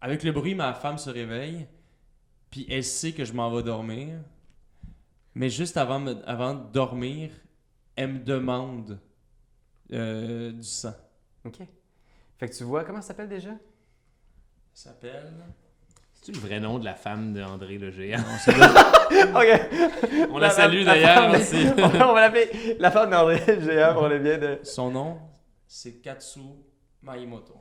Avec le bruit, ma femme se réveille, puis elle sait que je m'en vais dormir. Mais juste avant, me- avant de dormir, elle me demande euh, du sang. OK. Fait que tu vois, comment ça s'appelle déjà? Ça s'appelle. C'est-tu le vrai nom de la femme d'André Le Géant? OK. On la salue d'ailleurs. c'est- on va l'appeler la femme d'André le Géant pour le bien de... Son nom, c'est Katsu Maimoto.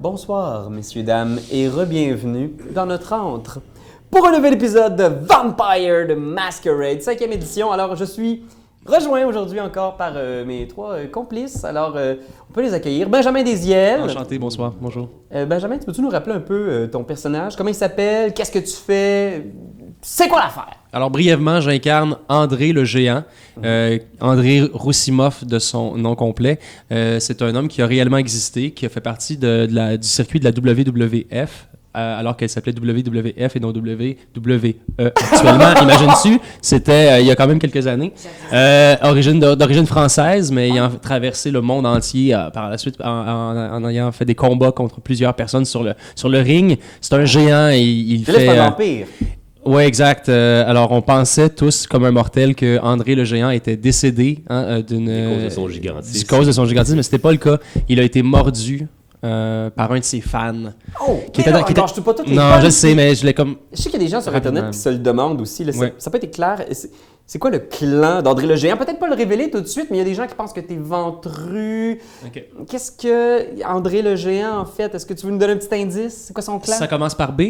Bonsoir, messieurs, dames, et re-bienvenue dans notre antre pour un nouvel épisode de Vampire de Masquerade, cinquième édition. Alors, je suis rejoint aujourd'hui encore par euh, mes trois euh, complices. Alors, euh, on peut les accueillir. Benjamin Desiel. Enchanté, bonsoir, bonjour. Euh, Benjamin, tu peux-tu nous rappeler un peu euh, ton personnage? Comment il s'appelle? Qu'est-ce que tu fais? C'est quoi l'affaire? Alors brièvement, j'incarne André le géant, euh, André Roussimoff de son nom complet. Euh, c'est un homme qui a réellement existé, qui a fait partie de, de la- du circuit de la WWF. euh, alors qu'elle s'appelait WWF et non WWE actuellement, imagines-tu? C'était euh, il y a quand même quelques années. Euh, origine de- d'origine française, mais ayant traversé le monde entier euh, par la suite en, en- en ayant fait des combats contre plusieurs personnes sur le, sur le ring. C'est un géant et il Puis là, fait... c'est un euh, vampire. oui, exact. Euh, alors, on pensait tous, comme un mortel, que André le Géant était décédé hein, euh, d'une. Des causes de son gigantisme. Du cause de son gigantisme, mais c'était pas le cas. Il a été mordu euh, par un de ses fans. Oh! Qui Qui était- était, qui était- pas toutes les Non, pages. je sais, mais je l'ai comme. Je sais qu'il y a des gens sur Internet Rapidement. qui se le demandent aussi. là, c'est- Ouais. Ça peut être clair. C'est- C'est quoi le clan d'André le Géant? Peut-être pas le révéler tout de suite, mais il y a des gens qui pensent que t'es ventru. Qu'est-ce que André le Géant, en fait? Est-ce que tu veux nous donner un petit indice? C'est quoi son clan? Ça commence par B.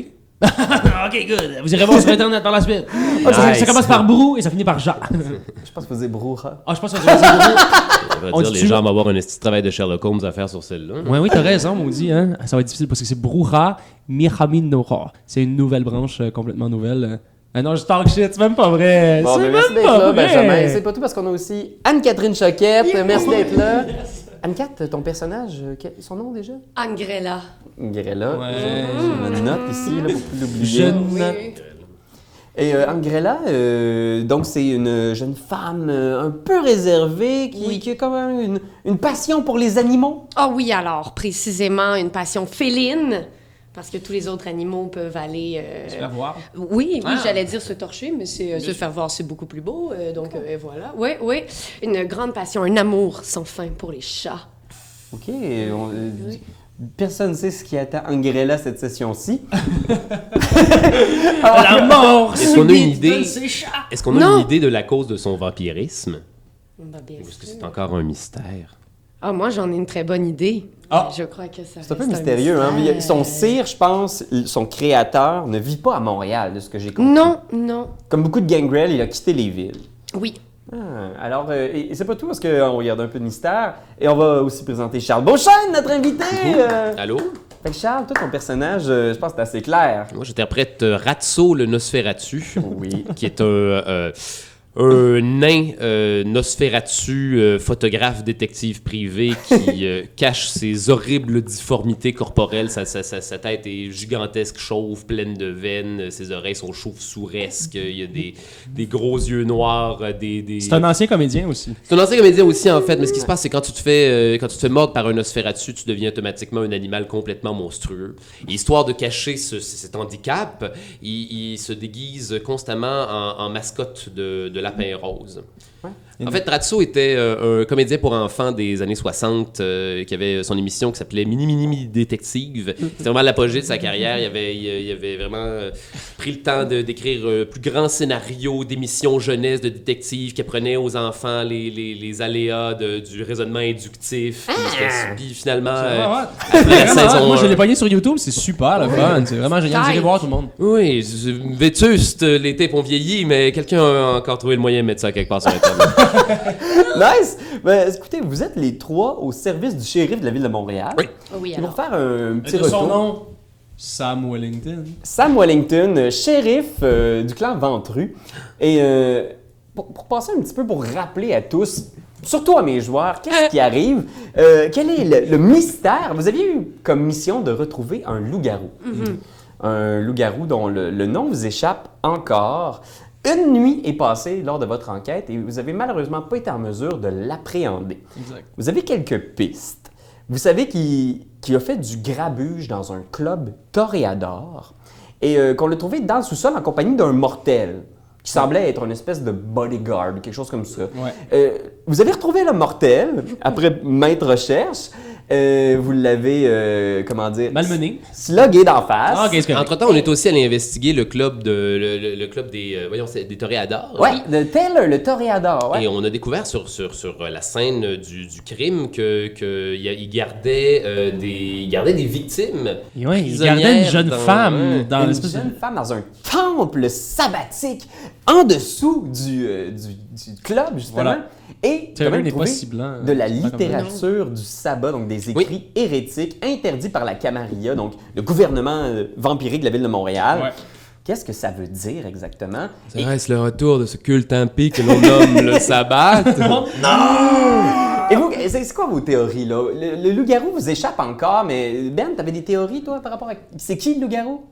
ok, good. Vous irez voir sur Internet par la suite. Ah, Ça- nice. Ça commence par Brou et ça finit par Jean. Je pense que vous dites Brouha. Ah, je pense que ça va dire Brou. On va On dire, dit les tu- gens vont avoir un petit travail de Sherlock Holmes à faire sur celle-là. Ouais, oui, t'as raison, maudit. Hein? Ça va être difficile parce que c'est Bruja Miraminora. C'est une nouvelle branche euh, complètement nouvelle. euh. Ah non, je talk shit, c'est même pas vrai. Bon, c'est ben, même merci d'être pas là, vrai. Benjamin. C'est pas tout parce qu'on a aussi Anne-Catherine Choquette. Merci d'être là. Anne-Cat, ton personnage, euh, quel- son nom déjà? Angrella. Grella. Ouais, Je me note ici là, pour plus l'oublier. Je note. Oui. Et euh, Angrella, euh, donc c'est une jeune femme euh, un peu réservée qui, qui a quand même une, une passion pour les animaux. Ah oui, alors, précisément une passion féline, parce que tous les autres animaux peuvent aller... euh, Tu vas voir. Oui, oui, Ah. j'allais dire se torcher, mais c'est euh, se faire voir, c'est beaucoup plus beau. euh, donc, euh, et voilà. Oui, oui. Une grande passion, un amour sans fin pour les chats. Ok, on- euh, personne ne sait ce qui attend Angrella cette session-ci. Ah, La mort Est-ce qu'on a une subite de idée? ces chats. Est-ce qu'on a Non. une idée de la cause de son vampirisme? Bah, bien Ou est-ce que sûr. c'est encore un mystère? Ah, moi, j'en ai une très bonne idée. Ah. Je crois que ça C'est un peu reste mystérieux, hein? mais il y a- mystère. son cire, je pense, l- son créateur ne vit pas à Montréal, de ce que j'ai compris. Non, non. Comme beaucoup de gangrel, il a quitté les villes. Oui. Ah, alors, euh, et, et c'est pas tout parce qu'on regarde un peu de mystère. Et on va aussi présenter Charles Beauchesne, notre invité. euh. Allô? Fait que Charles, toi, ton personnage, euh, je pense que c'est assez clair. Moi, j'interprète euh, Ratso le Nosferatu, Oui. qui est un, euh, un nain euh, Nosferatu, euh, photographe, détective privé, qui euh, cache ses horribles difformités corporelles. Sa, sa- sa- sa tête est gigantesque, chauve, pleine de veines. euh, Ses oreilles sont chauves-souresques. Il y a des, des gros yeux noirs, euh, des... des- C'est un ancien comédien aussi. c'est un ancien comédien aussi, en fait, mais ce qui se passe, c'est quand tu te fais euh, quand tu te fais mordre par un Osferatu, tu deviens automatiquement un animal complètement monstrueux. Et histoire de cacher ce- ce- cet handicap, il, il se déguise constamment en, en mascotte de, de Lapin Rose. Mhm. En fait, Ratso était euh, un comédien pour enfants des années 60 euh, qui avait son émission qui s'appelait Mini Mini Mini Détective. Mhm. C'était vraiment l'apogée de sa carrière. Il avait, il, il avait vraiment euh, pris le temps de- d'écrire euh, plus grand scénario d'émissions jeunesse de détectives qui apprenaient aux enfants les, les- les aléas de- du raisonnement Ah! inductif. Puis, c'était- puis finalement, euh, après la Vraiment, saison moi, je un- l'ai pogné sur YouTube, c'est super le fun. C'est vraiment génial. Vous irez voir tout le monde. Oui, je- vétuste, les tapes ont vieilli, mais quelqu'un a encore trouvé le moyen de mettre ça quelque part sur Internet. Nice! Ben, écoutez, vous êtes les trois au service du shérif de la ville de Montréal. Oui. Ah Oui, Ils vont alors. faire un petit Euh, De retour. son nom, Sam Wellington. Sam Wellington, euh, shérif euh, du clan Ventru. Et euh, pour, pour passer un petit peu, pour rappeler à tous, surtout à mes joueurs, qu'est-ce qui arrive, euh, quel est le, le mystère. Vous aviez eu comme mission de retrouver un loup-garou. Un loup-garou dont le, le nom vous échappe encore. Une nuit est passée lors de votre enquête et vous avez malheureusement pas été en mesure de l'appréhender. Exact. Vous avez quelques pistes. Vous savez qu'il qu'il a fait du grabuge dans un club toréador et euh, qu'on l'a trouvé dans le sous-sol en compagnie d'un mortel qui semblait être une espèce de bodyguard, quelque chose comme ça. Euh, vous avez retrouvé le mortel après maintes recherches. Euh, vous l'avez, euh, comment dire... Malmené. Slogué d'en face. Ah, ok, c'est correct. Entre-temps, on est aussi allé investiguer le club, de, le, le- le club des, euh, voyons, c'est des toréadors. hein. Ouais, le Taylor, le toréador, ouais. Et on a découvert sur, sur, sur la scène du, du crime que, que il y a- il gardait, euh, des, il gardait des victimes. Et ouais, il gardait une jeune prisonnières dans- femme ouais. dans une l'espèce de... jeune femme dans un temple sabbatique en dessous du, euh, du, du club, justement. Voilà. Et quand Taylor même n'est pas trouvé si blanc, de la c'est pas comme ça. littérature du sabbat, donc des Oui. écrits hérétiques interdits par la Camarilla, donc le gouvernement euh, vampirique de la ville de Montréal. Ouais. Qu'est-ce que ça veut dire exactement? Et Serait-ce le retour de ce culte impie que l'on nomme le sabbat? Et vous, c'est c'est quoi vos théories, là? Le, le loup-garou vous échappe encore, mais Ben, t'avais des théories, toi, par rapport à... C'est qui, le loup-garou?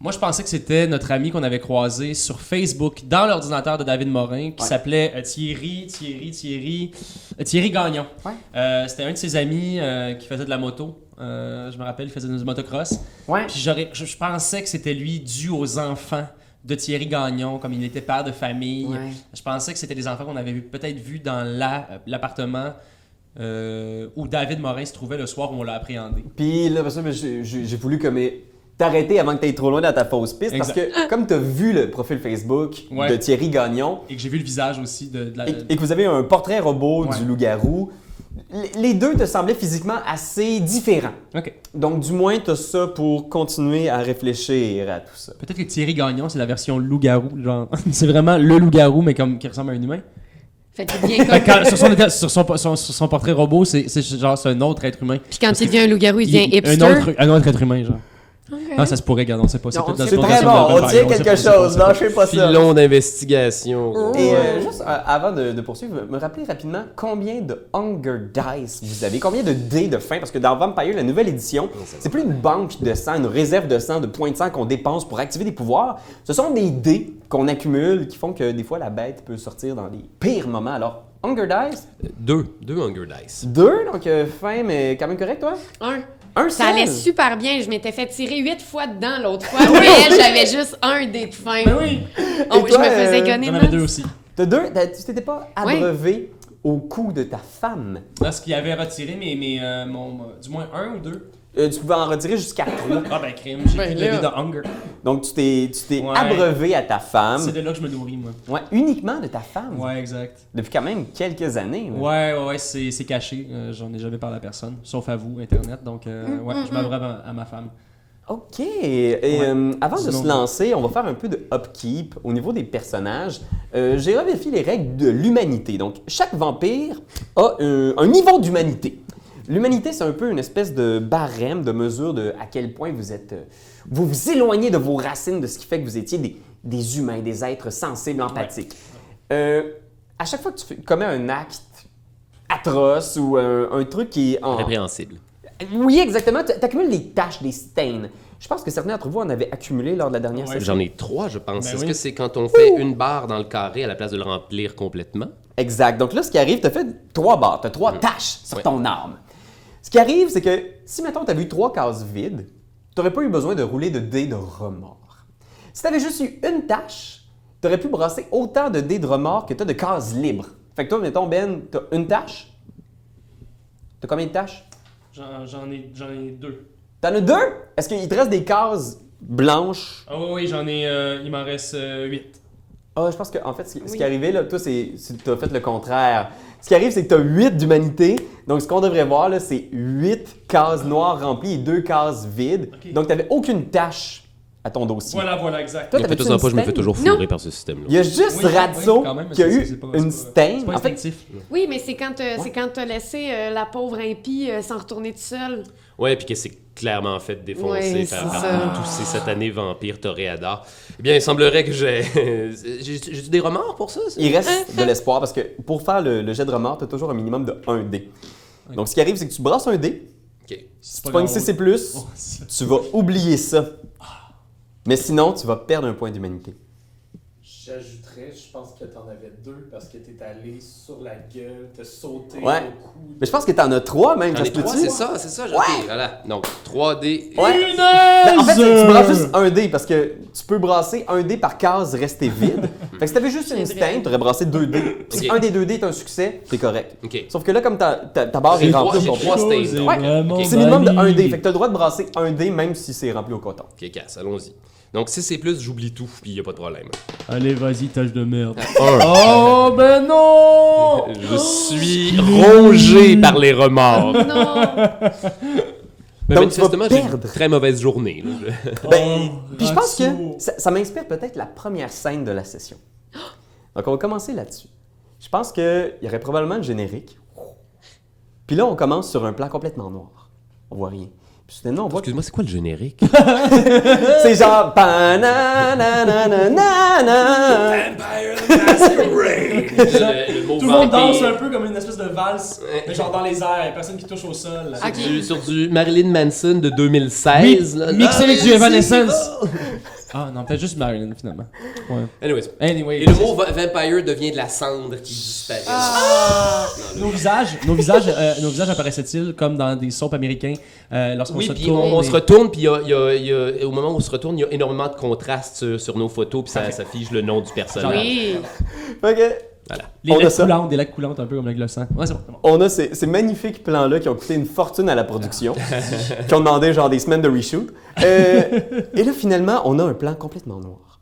Moi, je pensais que c'était notre ami qu'on avait croisé sur Facebook dans l'ordinateur de David Morin qui s'appelait euh, Thierry, Thierry, Thierry, euh, Thierry Gagnon. Ouais. Euh, c'était un de ses amis euh, qui faisait de la moto. Euh, je me rappelle, il faisait du motocross. Ouais. Puis j'aurais- je, je pensais que c'était lui dû aux enfants de Thierry Gagnon, comme il était père de famille. Ouais. Je pensais que c'était des enfants qu'on avait vu- peut-être vus dans la- l'appartement euh, où David Morin se trouvait le soir où on l'a appréhendé. Puis là, parce que j'ai j'ai- j'ai voulu comme eh, t'arrêter avant que t'ailles trop loin dans ta fausse piste, parce Exact. que comme t'as vu le profil Facebook Ouais. de Thierry Gagnon Et que j'ai vu le visage aussi de, de la... et, et que vous avez un portrait robot Ouais. du loup-garou, l- les deux te semblaient physiquement assez différents. Ok. Donc du moins, t'as ça pour continuer à réfléchir à tout ça. Peut-être que Thierry Gagnon, c'est la version loup-garou. Genre, c'est vraiment le loup-garou, mais comme qui ressemble à un humain. Fait qu'il devient Fait comme... que quand- sur, son, état- sur son, sur son- sur son portrait robot, c'est c'est genre c'est un autre être humain. Puis quand il devient un loup-garou, il devient hipster. un, autre, un autre être humain, genre. Ok. Non, Ah, ça se pourrait, regarde, on sait pas. Non, peut-être la on sait C'est pas. sponsorisation très Fondation de Vampire, bon, on tient sait pas, quelque on sait pas, chose, on sait pas. lâchez pas ça. Filon d'investigation. Et euh, juste euh, avant de, de poursuivre, me rappeler rapidement combien de Hunger Dice vous avez, combien de dés de fin, parce que dans Vampire, la nouvelle édition, c'est plus une banque de sang, une réserve de sang, de points de sang qu'on dépense pour activer des pouvoirs. Ce sont des dés qu'on accumule qui font que des fois la bête peut sortir dans les pires moments. Alors, Hunger Dice, Deux. Deux Hunger Dice. deux, donc euh, fin, mais quand même correct, toi? Un. Un Ça seul. Ah allait super bien. Je m'étais fait tirer huit fois dedans l'autre fois. Mais elle, j'avais juste un des de fin. Oh, Ben Et je toi, me faisais euh, gonner. Il y Ben en avait man. deux aussi. T'as deux, t'as- tu t'étais pas Oui. abreuvé au cou de ta femme. Parce qu'il avait retiré mes, mes, euh, mon, euh, du moins un ou deux. Euh, tu pouvais en retirer jusqu'à trois. Ah ben crime, j'ai Ben plus de là. vie de hunger. Donc, tu t'es tu t'es Ouais. abreuvé à ta femme. E. C'est de là que je me nourris, moi. Ouais, uniquement de ta femme. Ouais, exact. Depuis quand même quelques années. là. Ouais, ouais, ouais, c'est c'est caché. Euh, J'en ai jamais parlé à personne, sauf à vous, Internet. Donc, euh, Mm, ouais, je m'abreuve à, à ma femme. OK. Et euh, avant de Sinon- se lancer, on va faire un peu de upkeep au niveau des personnages. Euh, J'ai revérifié les règles de l'humanité. Donc, chaque vampire a euh, un niveau d'humanité. L'humanité, c'est un peu une espèce de barème, de mesure de à quel point vous êtes. euh, vous vous éloignez de vos racines, de ce qui fait que vous étiez des, des humains, des êtres sensibles, empathiques. Euh, à chaque fois que tu fais- commets un acte atroce ou euh, un truc qui est en, Répréhensible. Oui, exactement. Tu accumules des taches, des stains. Je pense que certains d'entre vous en avaient accumulé lors de la dernière session. J'en ai trois, je pense. Ben Est-ce oui. que c'est quand on fait une barre dans le carré à la place de le remplir complètement? Exact. Donc là, ce qui arrive, tu as fait trois barres, tu as trois taches sur ton arme. Ce qui arrive, c'est que si, mettons, tu as eu trois cases vides, tu n'aurais pas eu besoin de rouler de dés de remords. Si tu avais juste eu une tache, tu aurais pu brasser autant de dés de remords que tu as de cases libres. Fait que toi, mettons, Ben, tu as une tache. Tu as combien de taches? J'en j'en ai, j'en ai deux. Tu en as deux? Est-ce qu'il te reste des cases blanches Ah oui, oui, j'en ai. euh, il m'en reste euh, huit. Ah, je pense que, en fait, ce, qui- ce Oui. qui est arrivé, là, toi, c'est tu as fait le contraire. Ce qui arrive, c'est que tu as 8 d'humanité. Donc, ce qu'on devrait voir, là, c'est 8 cases noires remplies et 2 cases vides. Ok. Donc, tu n'avais aucune tâche à ton dossier. Voilà, voilà, exact. Toi, Et t'avais-tu tout ça, une pas, je me fais stain? toujours Non. fourrer par ce système-là. Il y a juste Oui, Ratso oui, quand même, mais qui a c'est- eu c'est pas- une c'est pas- stain. C'est pas En fait, instinctif. Oui, mais c'est quand euh, c'est quand t'as laissé euh, la pauvre impie euh, s'en retourner toute seule. Ouais, puis que c'est clairement fait défoncer Ouais, par, c'est par ça. tous ces satanés vampires toréadors. Eh bien, il semblerait que j'ai. j'ai j'ai des remords pour ça? ça? Il reste de l'espoir parce que pour faire le, le jet de remords, tu as toujours un minimum de 1 dé. Donc, ce qui arrive, c'est que tu brasses un dé, Ok. si tu pognes 6 et Oh. plus, tu vas oublier ça. Mais sinon, tu vas perdre un point d'humanité. J'ajouterais, je pense que t'en avais deux parce que t'es allé sur la gueule, t'as sauté Ouais. au cou. Mais je pense que t'en as 3 même, ça J'en ai se trois, peut-tu? c'est ça, c'est ça. j'en ai- Voilà. Donc, 3D. Ouais. Ben, en fait, tu brasses juste un dé parce que tu peux brasser un dé par case resté vide. fait que si t'avais juste une C'est vrai. sting, t'aurais brassé deux dés. Puis Si Ok. un des deux dés est un succès, t'es correct. Ok. Sauf que là, comme ta, ta, ta barre est trois- remplie j'ai au trois complet, stages. C'est Ouais. vraiment c'est minimum de valide. 1 dé. Fait que t'as le droit de brasser un dé même si c'est rempli au coton. Ok, casse, allons-y. Donc, 6 et plus, j'oublie tout, puis il a pas de problème. Allez, vas-y, tâche de merde. Oh, ben non! Oh! Je suis rongé par les remords. Non! Mais Donc, manifestement, tu vas j'ai une perdre. très mauvaise journée. là. Oh, Ben, puis je pense que Ratio. ça, ça m'inspire peut-être la première scène de la session. Donc, on va commencer là-dessus. Je pense qu'il y aurait probablement le générique. Puis là, on commence sur un plan complètement noir. On voit rien. Puis soudainement, on voit que Excuse-moi, c'est quoi le générique? c'est genre... pa-na-na-na-na-na. le, le mot Tout le monde danse vampire. un peu comme une espèce de valse, mais genre dans les airs, personne qui touche au sol. Ah. Ok. Du- sur du Marilyn Manson de 2016. là. Ah, Mixé avec du Evanescence. Ah non, peut-être juste Marilyn finalement. Anyways. Anyway. Et le mot va- vampire devient de la cendre qui disparaît. Nos visages, nos visages, euh, nos visages apparaissaient-ils comme dans des soaps américains euh, lorsqu'on Oui, se puis on, tourne on et- se retourne, puis il y a- il y a- il y a- au moment où on se retourne, il y a énormément de contrastes sur, sur nos photos, puis ça, ça fige le nom du personnage. Oui! Oh! Fait que les on a lacs ça. coulantes, des lacs coulantes un peu comme avec le sang. Ouais, c'est bon, c'est bon. on a ces, ces magnifiques plans-là qui ont coûté une fortune à la production, qui ont demandé genre des semaines de reshoot. Euh, et là, finalement, on a un plan complètement noir.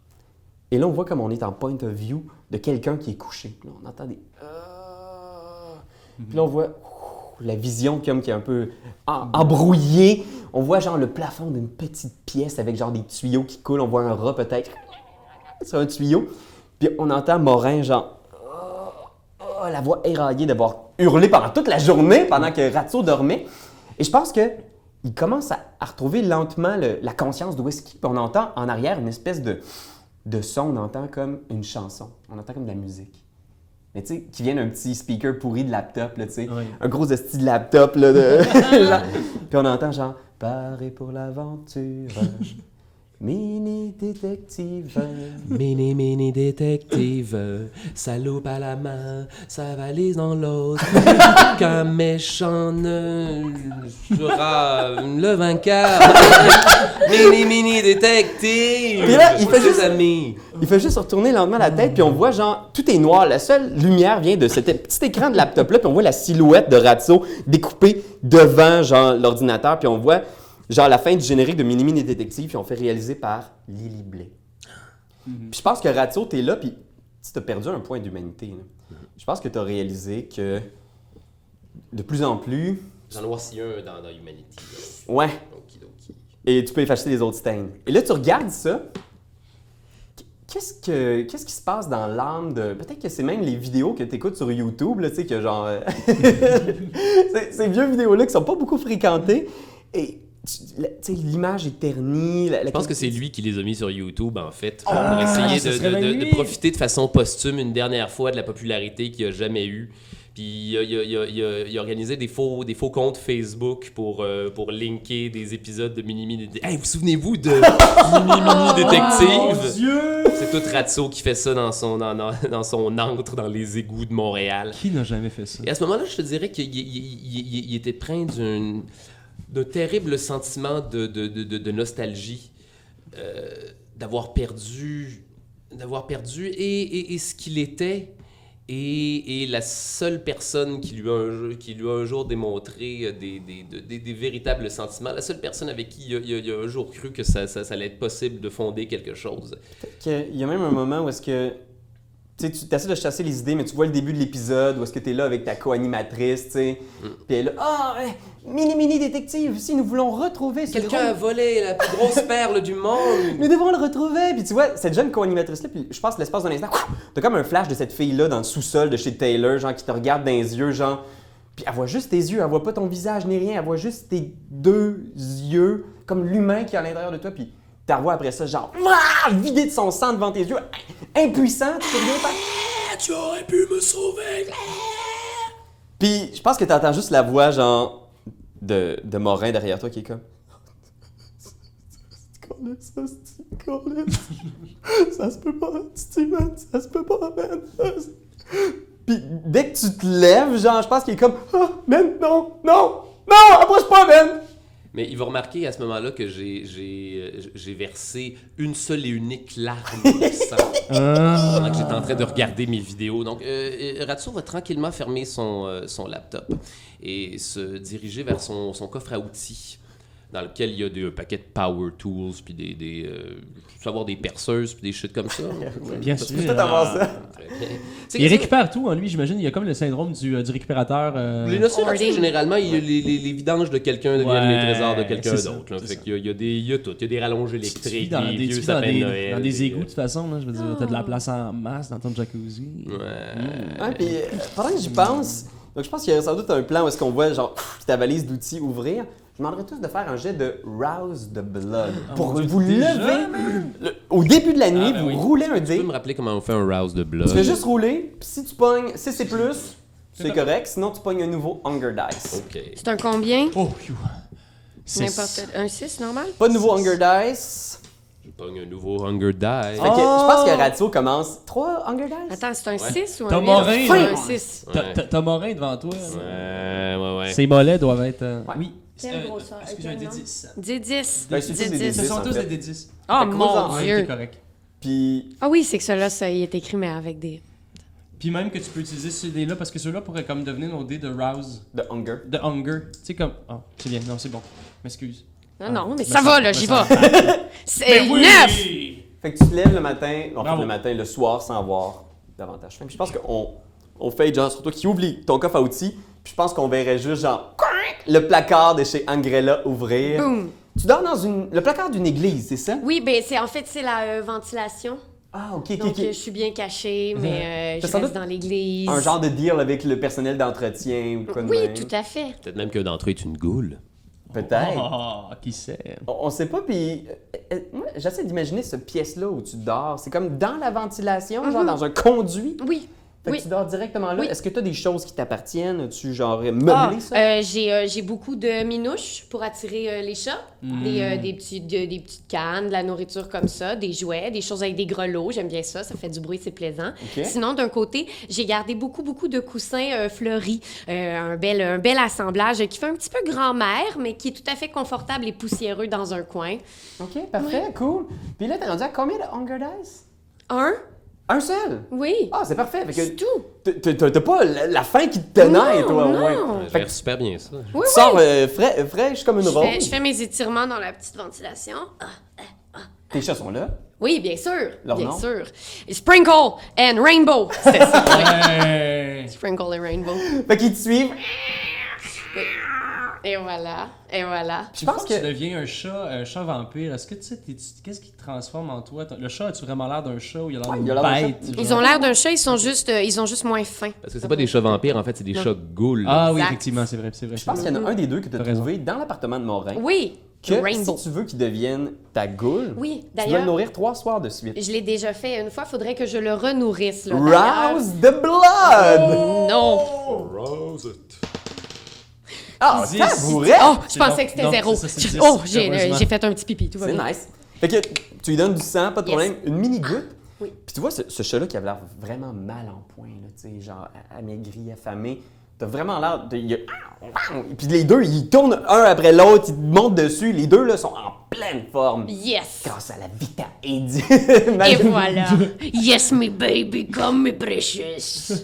Et là, on voit comme on est en point of view de quelqu'un qui est couché. Puis Là, on entend des... Ah. Puis là, on voit ouh, la vision comme qui est un peu en- embrouillée. On voit genre le plafond d'une petite pièce avec genre des tuyaux qui coulent. On voit un rat peut-être sur un tuyau. Puis on entend Morin genre... Oh, la voix éraillée d'avoir hurlé pendant toute la journée, pendant que Ratso dormait. Et je pense que il commence à, à retrouver lentement le- la conscience d'où est-ce qu'il... Puis on entend en arrière une espèce de, de son, on entend comme une chanson, on entend comme de la musique. Mais tu sais, qui vient d'un petit speaker pourri de laptop, là, tu sais. Un gros esti de laptop, là, de- genre. Puis on entend genre « Paré pour l'aventure, mini-détective ». Mini mini détective, euh, salope à la main, sa valise dans l'autre, qu'un méchant ne sera le vainqueur. mini mini détective, Puis là, il fait ses juste- amis. Il fait juste retourner lentement la tête, puis on voit genre, tout est noir. La seule lumière vient de cet é- petit écran de laptop-là, puis on voit la silhouette de Ratso découpée devant genre l'ordinateur, puis on voit genre la fin du générique de Mini Mini Détective, puis on fait réaliser par Lily Blay. Puis je pense que Ratso, t'es là, puis tu t'as perdu un point d'humanité. là. Je pense que t'as réalisé que de plus en plus, J'en ai aussi un dans, dans Humanity. là. ouais, Okidoki. et tu peux effacer les autres stains. Et là, tu regardes ça. Qu'est-ce, que, qu'est-ce qui se passe dans l'âme de. Peut-être que c'est même les vidéos que tu écoutes sur YouTube, là, tu sais, que genre. euh, ces, ces vieux vidéos-là qui sont pas beaucoup fréquentées. Et, tu la- tu sais, l'image est ternie. la- la- Je pense que c'est lui qui les a mis sur YouTube, en fait, pour essayer Ah, ce de, serait de- bien de- de lui. profiter de façon posthume une dernière fois de la popularité qu'il a jamais eue. Puis il a, il a- il a- il a- il a organisé des faux, des faux comptes Facebook pour, euh, pour linker des épisodes de Mini Mini Détective. Hey, vous souvenez-vous de Mini Oh, Mini Détective? C'est tout Ratso qui fait ça dans son, dans, dans- dans son antre, dans les égouts de Montréal. Qui n'a jamais fait ça Et à ce moment-là, je te dirais qu'il il- il- il- il- il était plein d'une- d'un terrible sentiment de, de- de- de- de nostalgie, euh, d'avoir perdu, d'avoir perdu et, et- et ce qu'il était. Et, et la seule personne qui lui a un, jour- qui lui a un jour démontré euh, des, des- de- des- des véritables sentiments, la seule personne avec qui il a, il a- il a un jour cru que ça, ça- ça allait être possible de fonder quelque chose. Il y a même un moment où est-ce que. Tu sais, tu essaies de chasser les idées, mais tu vois le début de l'épisode où est-ce que tu es là avec ta co-animatrice, tu sais. Mm. Puis elle, ah, ouais, mini mini détective, si nous voulons retrouver ce Quelqu'un drôle- a volé la plus grosse perle du monde. Nous devons le retrouver! Puis tu vois, cette jeune co-animatrice-là, puis je pense l'espace d'un instant, ouf, t'as comme un flash de cette fille-là dans le sous-sol de chez Taylor, genre qui te regarde dans les yeux, genre, Puis elle voit juste tes yeux, elle voit pas ton visage ni rien, elle voit juste tes deux yeux, comme l'humain qui est à l'intérieur de toi. Puis ta voix après ça, genre, Wouah! vidé de son sang devant tes yeux, impuissant, tu peux rien faire. Tu aurais pu me sauver! Puis je pense que t'entends juste la voix, genre, de, de Morin derrière toi qui est comme. Ça, c'est une Ça se peut pas, Steven, ça se peut pas, man. Puis dès que tu te lèves, genre, je pense qu'il est comme Ah, man, non, non, non, approche pas, man. Mais il va remarquer à ce moment-là que j'ai- j'ai euh, j'ai versé une seule et unique larme de sang Ah, pendant que j'étais en train de regarder mes vidéos. Donc, euh, euh, Ratso va tranquillement fermer son, euh, son laptop et se diriger vers son, son coffre à outils dans lequel il y a des paquets de power tools, puis des... des euh, je peux savoir des perceuses, puis des shit comme ça. Bien sûr. Peut-être avoir ça. Très bien. C'est- Il c'est- récupère tout en lui, j'imagine. Il y a comme le syndrome du, euh, du récupérateur. euh, Les notions Hoarding. là-dessus, généralement, il y a les, les- les vidanges de quelqu'un deviennent Ouais, les trésors de quelqu'un c'est ça, d'autre. là. Fait qu'il y a- il y, a des, il y a tout. Il y a des rallonges tu- tu électriques, vis dans des, des, tu vieux vis dans sapins des, de Noël, dans des des- égouts, de toute façon. Là, je veux dire, t'as de la place en masse dans ton jacuzzi. Mm. Ouais. Ouais, puis euh, pendant que j'y pense, donc je pense qu'il y a sans doute un plan où est-ce qu'on voit genre pff, ta valise d'outils ouvrir. Je demanderais tous de faire un jet de rouse the blood Ah, pour vous lever le- au début de la nuit, ben vous oui. roulez un Tu dé. peux me rappeler comment on fait un rouse de blood? Tu fais juste rouler, puis si tu pognes, si c'est plus, c'est correct, sinon tu pognes un nouveau Hunger Dice. OK. C'est un combien? Oh, phew. C'est- N'importe Un 6, normal? Pas de nouveau Hunger Dice. Je pogne un nouveau Hunger Die. Fait que je pense Oh! que Ratio commence 3 Hunger Dice. Attends, c'est un 6 ou un T'as 8? Morin, C'est un là. 6. T'as- t'as- T'as Morin devant toi. là. Ouais, ouais, ouais. Ses mollets doivent être. euh, Oui. Quelle grosseur? Excusez-moi, Ok, des non. 10. Dis 10. Ben, c'est tous des Ce dix, sont en tous fait. des D10. Oh Fait que gros en mon un, T'es dieu. correct. Puis Ah oui, c'est que ceux-là, ça, il était écrit, mais avec des. Puis même que tu peux utiliser ces dés-là parce que ceux-là pourraient comme devenir nos dés de rouse, de Hunger. de hunger. Tu sais comme. Oh, c'est bien, non, c'est bon. M'excuse. Non, non, mais Ah. me ça va, semble- là, me j'y semble. vais. Ben C'est 9! Fait que tu te lèves le matin, enfin Bravo. le matin, le soir, sans voir davantage. Fait que je pense qu'on on fait genre sur toi qui oublie ton coffre à outils, puis je pense qu'on verrait juste genre couac, le placard de chez Angrella ouvrir. Boum! Tu dors dans une le placard d'une église, c'est ça Oui, ben c'est en fait c'est la euh, ventilation. Ah OK OK Mhm. Donc euh, je OK. suis bien cachée, mais euh, je T'as sans reste doute dans l'église. Un genre de deal avec le personnel d'entretien ou quoi de Oui, même. tout à fait. Peut-être même que d'entrée est une goule. Peut-être. Ah, Oh, qui sait? On, on sait pas, puis euh, euh, moi, j'essaie d'imaginer cette pièce-là où tu dors. C'est comme dans la ventilation, genre dans un conduit. Oui. Fait Mhm. Oui. que tu dors directement là. Oui. Est-ce que tu as des choses qui t'appartiennent? Tu genre meublé Ah, ça? euh, j'ai euh, j'ai beaucoup de minouches pour attirer euh, les chats, des, euh, des petits de- des petites cannes, de la nourriture comme ça, des jouets, des choses avec des grelots, j'aime bien ça, ça fait du bruit, c'est plaisant. OK. Sinon d'un côté, j'ai gardé beaucoup beaucoup de coussins euh, fleuris, Euh, un bel un bel assemblage qui fait un petit peu grand-mère mais qui est tout à fait confortable et poussiéreux dans un coin. OK, parfait, cool. Puis là, t'es rendu à combien de Hunger Dice? Un Un seul? Oui. Ah, c'est parfait. C'est Fait que tout. t'as- t'as- t'as- t'as pas la, la faim qui te tenaille, Non, toi, au non. moins. Ouais, Fait J'aime super bien ça. Oui, Tu sors euh, frais- euh, fraîche comme une Je rose. fais, je fais mes étirements dans la petite ventilation. Ah. Tes chats sont là. Oui, bien sûr. Leur bien nom? sûr. Sprinkle and Rainbow. C'était ça. Sprinkle and Rainbow. Fait qu'ils te suivent. Et voilà. Et voilà. Je pense pense que tu que- deviens un chat, un chat vampire. Est-ce que tu sais, t'es- tu- qu'est-ce qui te transforme en toi Ton- Le chat, as-tu vraiment l'air d'un chat ou il a l'air Ouais, d'une il a l'air d'un bête chat. genre? Ils ont l'air d'un chat, ils sont juste, euh, ils ont juste moins faim. Parce que c'est pas des chats vampires, en fait, c'est des chats ghouls. Ah oui, Exact. effectivement, c'est vrai, c'est vrai. Je pense qu'il y en a un des deux que t'as T'as raison. trouvé dans l'appartement de Morin. Oui. Que Rainbow. si tu veux qu'il devienne ta goule, Oui, tu dois d'ailleurs. le nourrir trois soirs de suite. Je l'ai déjà fait une fois. Faudrait que je le renourrisse. Là, d'ailleurs. Oh. Rouse the blood! Non. Ah, Dix. tabouret! Oh, je C'est pensais bon. que c'était Non, zéro. c'est ça, c'est dix, oh, j'ai heureusement. euh, j'ai fait un petit pipi. Tout va C'est bien. nice. Fait que tu lui donnes du sang, pas de Yes. problème, une mini goutte. Oui. Puis tu vois ce, ce chat-là qui avait l'air vraiment mal en point, là, tu sais, genre a- amaigri, affamé. T'as vraiment l'air de. il y a- Puis les deux, ils tournent un après l'autre, ils te montent dessus. Les deux, là, sont en pleine forme. Yes. Grâce à la Vita Eddy. Ben, Et voilà. Yes, my baby, come, my precious.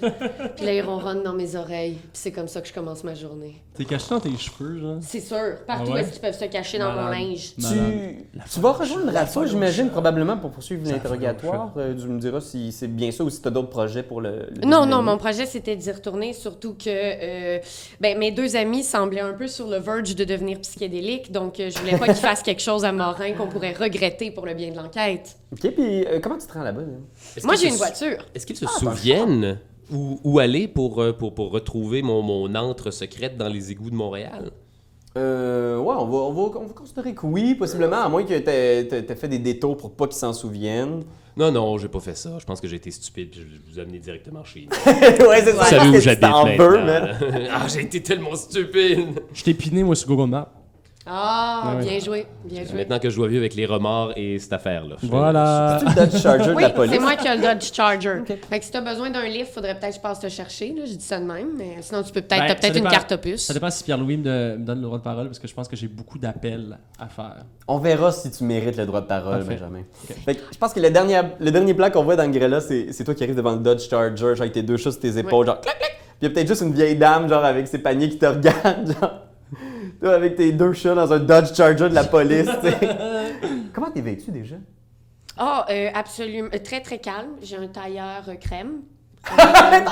Puis là, il ronronne dans mes oreilles. Puis c'est comme ça que je commence ma journée. T'es caché dans tes cheveux, genre. C'est sûr. Partout Ah où ouais? est-ce qu'ils peuvent se cacher dans mon Malade. linge. Tu, tu vas rejoindre Rafa, j'imagine, probablement pour poursuivre l'interrogatoire. Euh, tu me diras si c'est bien ça ou si t'as d'autres projets pour le. le Non, début de non, l'année. mon projet, c'était d'y retourner, surtout que euh, ben, mes deux amis semblaient un peu sur le verge de devenir psychédéliques, donc euh, je voulais pas qu'ils fassent quelque chose à Morin qu'on pourrait regretter pour le bien de l'enquête. Ok, puis euh, comment tu te rends là-bas? là? Est-ce Moi, qu'ils j'ai se une sou- Ah, voiture. bah, Est-ce qu'ils se souviennent où, où aller pour, euh, pour, pour retrouver mon, mon antre secrète dans les égouts de Montréal? Euh, ouais, on va, on, va, on va considérer que oui, possiblement, à moins que t'aies t'aies- t'aies fait des détours pour pas qu'ils s'en souviennent. Non, non, j'ai pas fait ça. Je pense que j'ai été stupide puis je vous ai amené directement chez nous. ouais, c'est ça. Vous savez parce que où tu j'habite t'en maintenant. veux, man. ah, j'ai été tellement stupide. Je t'ai piné, moi, sur Google Maps. Ah, Ah oui. bien joué, bien joué. Maintenant que je dois vivre avec les remords et cette affaire-là. je- Voilà. Le Dodge Charger de Oui, la police. c'est moi qui ai le Dodge Charger. Fait que si t'as besoin d'un livre, faudrait peut-être que je passe te chercher. Là. Je dis ça de même, mais sinon tu peux peut-être, Ben, t'as ça peut-être une dépend- carte opus. Ça dépend si Pierre-Louis me, de- me donne le droit de parole parce que je pense que j'ai beaucoup d'appels à faire. On verra si tu mérites le droit de parole, Parfait. Benjamin. Fait que je pense que le dernier, le dernier plan qu'on voit dans Grella, c'est c'est toi qui arrives devant le Dodge Charger, genre avec tes deux chats sur tes épaules, genre clac, clac. Puis il y a peut-être juste une vieille dame, genre avec ses paniers qui te regarde, genre. Toi, avec tes deux chats dans un Dodge Charger de la police, tu sais. Comment t'es vêtu déjà? Ah, euh, absolument. euh, Très, très calme. J'ai un tailleur euh, crème. Ah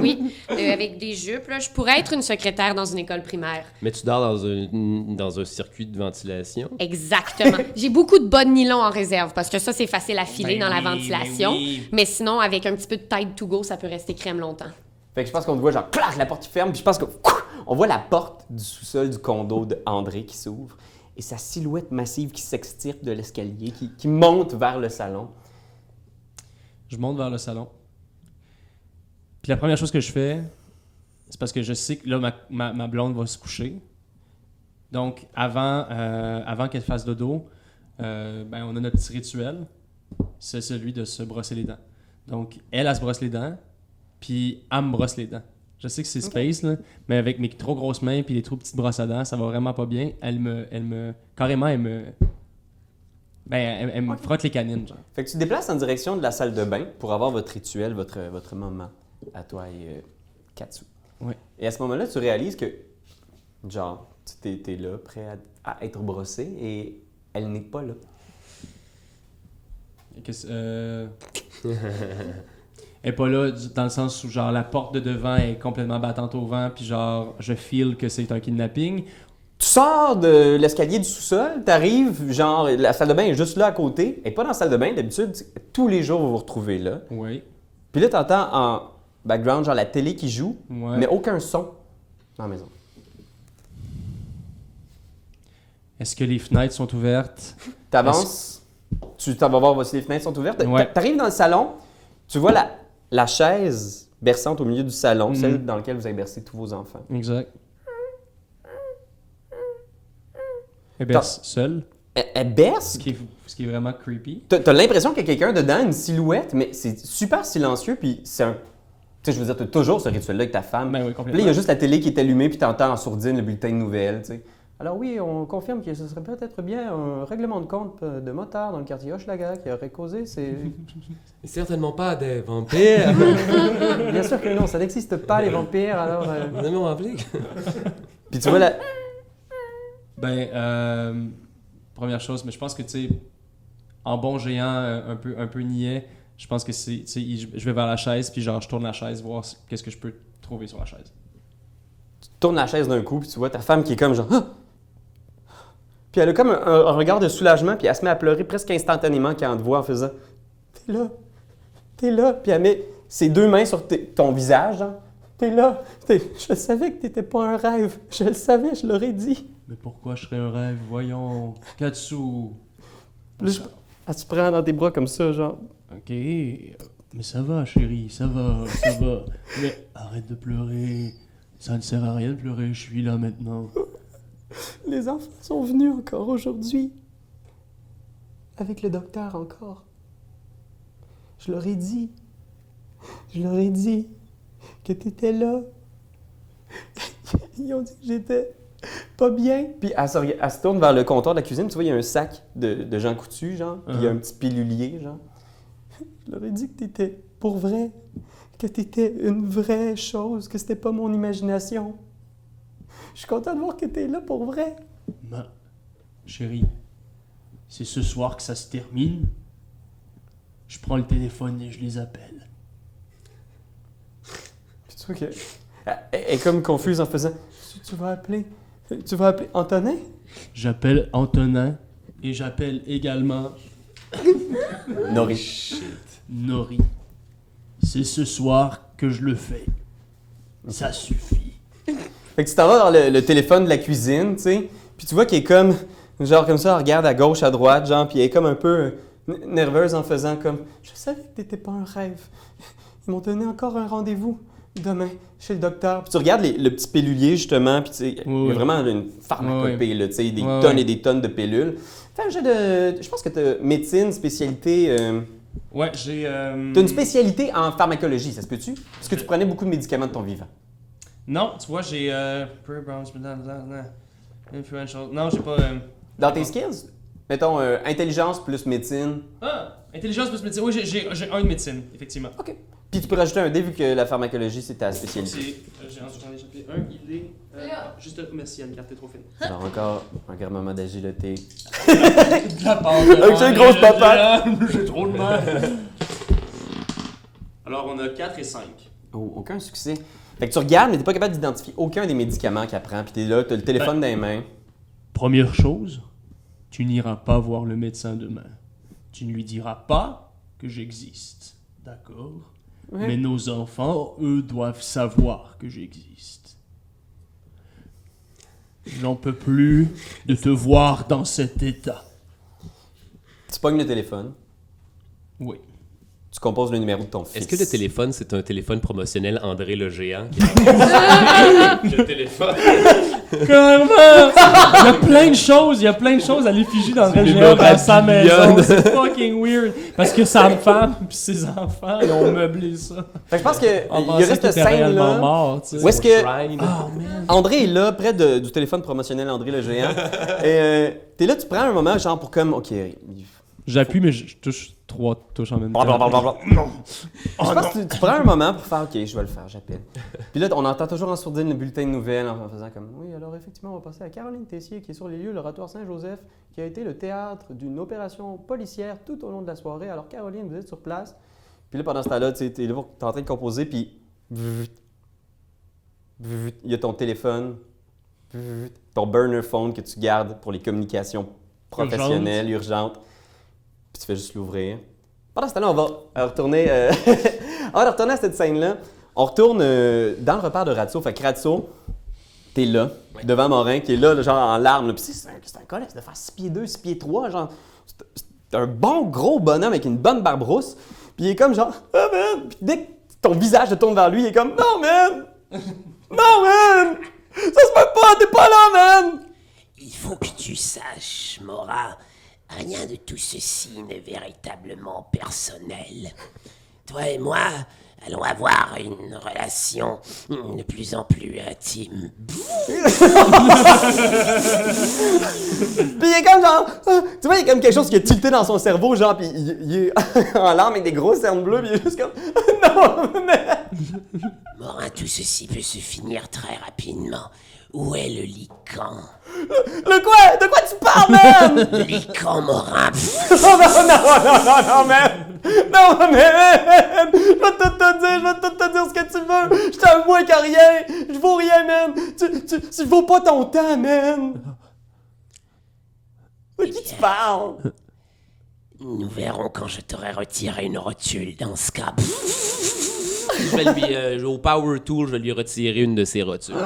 oui, euh, avec des jupes. Là. Je pourrais être une secrétaire dans une école primaire. Mais tu dors dans un, dans un circuit de ventilation? Exactement. J'ai beaucoup de bonnes nylon en réserve parce que ça, c'est facile à filer Ben dans la oui, ventilation. ben oui. Mais sinon, avec un petit peu de Tide to go, ça peut rester crème longtemps. Fait que je pense qu'on te voit genre clac, la porte qui ferme, puis je pense que couc, on voit la porte du sous-sol du condo de André qui s'ouvre et sa silhouette massive qui s'extirpe de l'escalier, qui, qui monte vers le salon. Je monte vers le salon. Puis la première chose que je fais, c'est parce que je sais que là, ma, ma- ma blonde va se coucher. Donc, avant, euh, avant qu'elle fasse dodo, euh, ben, on a notre petit rituel. C'est celui de se brosser les dents. Donc, elle, elle se brosse les dents, puis elle me brosse les dents. Je sais que c'est space, là, mais avec mes trop grosses mains puis les trop petites brosses à dents, ça va vraiment pas bien. Elle me... Elle me carrément, elle me... Ben, elle, elle me frotte les canines, genre. Fait que tu te déplaces en direction de la salle de bain pour avoir votre rituel, votre, votre moment à toi et euh, Katsu. Ouais. Et à ce moment-là, tu réalises que, genre, tu t'es- t'es là, prêt à, à être brossé, et elle n'est pas là. Qu'est-ce- euh, Elle est pas là du- dans le sens où genre la porte de devant est complètement battante au vent puis genre je feel que c'est un kidnapping. Tu sors de l'escalier du sous-sol, t'arrives, genre, la salle de bain est juste là à côté, et pas dans la salle de bain, d'habitude, tous les jours, vous vous retrouvez là. Oui. Puis là, t'entends en background, genre, la télé qui joue, Ouais. mais aucun son dans la maison. Est-ce que les fenêtres sont ouvertes T'avances, tu t'en vas voir si les fenêtres sont ouvertes. Ouais. T'a- T'arrives dans le salon, tu vois la, la chaise berçante au milieu du salon, Mhm. celle dans laquelle vous avez bercé tous vos enfants. Exact. Eh bien, T'as- seul, Elle, elle berce? ce qui est, ce qui est vraiment creepy. T'as t'as l'impression qu'il y a quelqu'un dedans, une silhouette, mais c'est super silencieux, puis c'est un... Tu sais, je veux dire, t'as toujours ce rituel-là avec ta femme. Ben Puis là, oui, il complètement. y a juste la télé qui est allumée, puis t'entends en sourdine le bulletin de nouvelles, tu sais. Alors oui, on confirme que ce serait peut-être bien un règlement de compte de motard dans le quartier Hochelaga qui aurait causé ces... Certainement pas des vampires. Bien sûr que non, ça n'existe pas les vampires, alors... euh, Vous avez rappelé? Puis tu vois la... Ben euh, première chose, mais je pense que tu sais en bon géant euh, un peu un peu niais, je pense que c'est tu sais, il- je vais vers la chaise puis genre je tourne la chaise voir c- qu'est-ce que je peux trouver sur la chaise. tourne la chaise d'un coup, puis tu vois ta femme qui est comme genre. Ah! Puis elle a comme un, un- un regard de soulagement, puis elle se met à pleurer presque instantanément quand elle te voit en faisant T'es là, t'es là. Puis elle met ses deux mains sur tes- ton visage, genre T'es là, T'es- je savais que t'étais pas un rêve, je le savais, je l'aurais dit. Mais pourquoi je serais un rêve, voyons. Katsu. Puis là, je- elle se prend dans tes bras comme ça, genre Ok, mais ça va, chérie, ça va, ça va. Mais arrête de pleurer. Ça ne sert à rien de pleurer, je suis là maintenant. Les enfants sont venus encore aujourd'hui. Avec le docteur encore. Je leur ai dit. Je leur ai dit que t'étais là. Ils ont dit que j'étais pas bien. Puis elle se, rega- elle se tourne vers le comptoir de la cuisine. Tu vois, il y a un sac de, de Jean Coutu, genre. Puis il y a un petit pilulier, genre. Je leur ai dit que t'étais pour vrai. Que t'étais une vraie chose. Que c'était pas mon imagination. Je suis content de voir que t'es là pour vrai. Ma chérie, c'est ce soir que ça se termine. Je prends le téléphone et je les appelle. Puis tu vois que. Elle elle est comme confuse en faisant Tu- Tu vas appeler. Tu vas appeler Antonin J'appelle Antonin et j'appelle également Nori. Nori. C'est ce soir que je le fais. Ça suffit. Fait que tu t'en vas dans le, le téléphone de la cuisine, tu sais, puis tu vois qu'elle est comme, genre comme ça, elle regarde à gauche, à droite, genre, puis elle est comme un peu euh, n- nerveuse en faisant comme « Je savais que t'étais pas un rêve. Ils m'ont donné encore un rendez-vous demain chez le docteur. » Puis tu regardes les- le petit pilulier, justement, puis tu sais, il Oui, y a oui. vraiment une pharmacopée, là, tu sais, des Ouais, tonnes ouais. et des tonnes de pilules. Fais un jeu de... Je pense que t'as médecine, spécialité... euh, Ouais, j'ai. euh, Hmm. t'as une spécialité en pharmacologie, ça se peut-tu? Parce que tu prenais beaucoup de médicaments de ton vivant. Non, tu vois, j'ai. Euh... Pre- bronze, blablabla, Influential. Non, j'ai pas. euh, Dans Ah. tes skills, mettons euh, intelligence plus médecine. Ah, intelligence plus médecine. Oui, j'ai- j'ai j'ai un de médecine, effectivement. OK. Puis tu peux rajouter un dé vu que la pharmacologie, c'est ta spécialité. C'est. euh, j'ai entendu échapper un, il est. euh, Là. Juste, euh, merci, Anne-Carte, t'es trop fine. Alors encore un grand moment d'agilité. La Avec ses grosses papates. J'ai trop de mal. Alors, on a 4 et 5. Oh, aucun succès. Fait que tu regardes, mais t'es pas capable d'identifier aucun des médicaments qu'elle prend. Puis t'es là, t'as le Ben. téléphone dans les mains. Première chose, tu n'iras pas voir le médecin demain. Tu ne lui diras pas que j'existe. D'accord Mais nos enfants, eux, doivent savoir que j'existe. J'en peux plus de te voir dans cet état. Tu pognes le téléphone. Oui. Tu composes le numéro de ton fils. Est-ce que le téléphone, c'est un téléphone promotionnel André le Géant? le téléphone. Comment Il y a plein de choses, il y a plein de choses à l'effigie dans le géant dans sa maison. C'est fucking weird. Parce que sa femme puis ses enfants, ils ont meublé ça. Fait que je pense En que il pensant reste qu'il cette était scène réellement là. mort, tu sais. Où est-ce que Ah, man. André est là, près de- du téléphone promotionnel André le géant. et euh, t'es là, tu prends un moment genre pour comme, ok, il J'appuie, mais je je touche trois touches en même temps. Blablabla. Je pense que tu, tu prends un moment pour faire OK, je vais le faire, j'appelle. Puis là, on entend toujours en sourdine le bulletin de nouvelles en faisant comme Oui, alors effectivement, on va passer à Caroline Tessier qui est sur les lieux, l'oratoire Saint-Joseph, qui a été le théâtre d'une opération policière tout au long de la soirée. Alors, Caroline, vous êtes sur place. Puis là, pendant ce temps-là, tu es, en train de composer, puis vvvvt, vvvvt, il y a ton téléphone, vvvvt, ton burner phone que tu gardes pour les communications professionnelles, urgentes. Puis tu fais juste l'ouvrir. Pendant ce temps-là, on va retourner, euh, on va retourner à cette scène-là. On retourne euh, dans le repère de Ratso. Fait que Ratso, t'es là, devant Morin, qui est là, là, genre en larmes. là. Puis c'est c'est un, c'est un colosse de faire 6 pieds 2, 6 pieds 3, genre. c'est- C'est un bon gros bonhomme avec une bonne barbe rousse. Puis il est comme genre, ah man! Puis dès que ton visage te tourne vers lui, il est comme, non man! Non man! Ça se peut pas, t'es pas là man! Il faut que tu saches, Mora, rien de tout ceci n'est véritablement personnel. Toi et moi allons avoir une relation mm, de plus en plus intime. Puis il est comme genre, ah, tu vois, il y a comme quelque chose qui est tilté dans son cerveau, genre, puis il, il est en larmes avec des grosses cernes bleues, puis il est juste comme, Ah, non, mais. Morin, tout ceci peut se finir très rapidement. Où est le lican Le quoi De quoi tu parles, man Le lican, Morin pff, Non, non, non, non, non, non, man Non, man Je vais tout te dire, je vais tout te dire ce que tu veux Je t'avoue qu'à rien Je vaux rien, man Tu, tu, tu vaux pas ton temps, man De qui tu parles Nous verrons quand je t'aurai retiré une rotule dans ce cas. Pff, Je vais lui, euh, au Power Tool, je vais lui retirer une de ses rotules.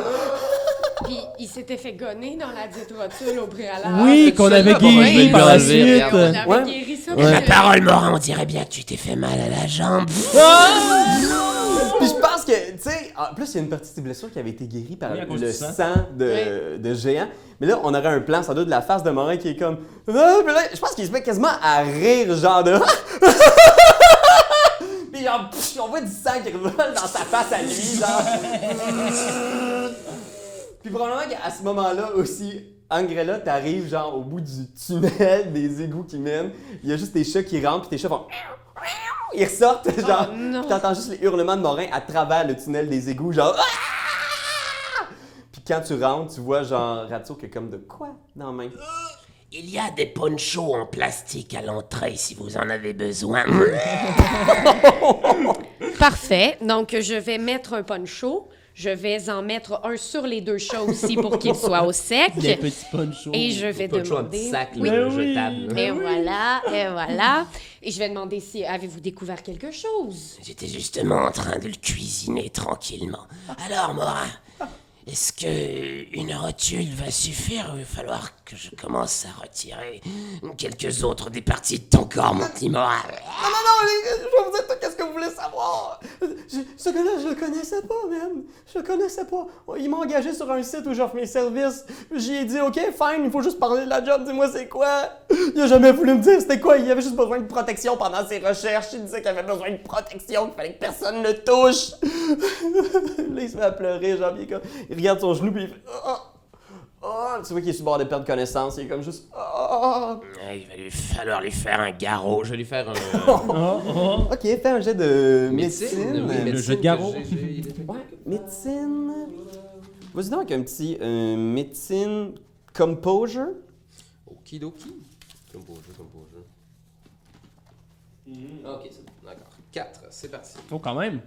Puis il s'était fait gonner dans la dite rotule au préalable. Oui, qu'on avait guéri Oui, par la je vais suite. le On avait Ouais. guéri ça. Ma parce que- parole, Morin, on dirait bien que tu t'es fait mal à la jambe. Pff, Puis je pense que, tu sais, en plus, il y a une partie de ses blessures qui avait été guérie par Oui, à cause le du sang, sang. de, de géant. Mais là, on aurait un plan, sans doute, de la face de Morin qui est comme. Ah, mais là, je pense qu'il se met quasiment à rire, genre de. Puis genre, pff, on voit du sang qui revole dans sa face à lui, genre. Puis probablement qu'à ce moment-là aussi. Angrella, t'arrives genre au bout du tunnel des égouts qui mènent. Il y a juste des chats qui rentrent, puis tes chats font. Ils ressortent, genre. non. puis T'entends juste les hurlements de Morin à travers le tunnel des égouts, genre. Ah! Puis quand tu rentres, tu vois genre Ratso qui a comme de quoi dans la main. Il y a des ponchos en plastique à l'entrée si vous en avez besoin. Parfait. Donc, je vais mettre un poncho. Je vais en mettre un sur les deux chats aussi pour qu'il soit au sec. Des petits ponchos. Et je vais Pas de choix, un petit demander. sac Oui. là, jetable. Et voilà, et voilà. Et je vais demander si avez-vous découvert quelque chose J'étais justement en train de le cuisiner tranquillement. Alors, Morin, est-ce que une rotule va suffire ou il va falloir que je commence à retirer quelques autres des parties de ton corps, mon petit Morin Ah Non, non, non, les- je vais vous dire, qu'est-ce que vous voulez savoir? Je- ce gars-là, je le connaissais pas, man. Je le connaissais pas. Il m'a engagé sur un site où j'offre mes services. J'y ai dit, OK, fine, il faut juste parler de la job, dis-moi c'est quoi. Il a jamais voulu me dire c'était quoi. Il avait juste besoin de protection pendant ses recherches. Il disait qu'il avait besoin de protection, qu'il fallait que personne ne le touche. là, il se met à pleurer, genre, puis il est comme- il regarde son genou, puis il fait, Ah, ah, ah. tu vois qu'il est sur le bord de perdre connaissance. Il est comme juste, Ah, ah, Ah, Il va lui falloir lui faire un garrot. Oh, je vais lui faire un ah. OK, fais un jet de médecine. oui, Le médecine jeu de que garrot. j'ai- j'ai- il était- Ouais, médecine. Vas-y donc un petit euh, médecine composure. Okidoki. Comme beau jeu, comme beau jeu. Mm-hmm. Ok, c'est bon, d'accord. 4, c'est parti. Oh, quand même.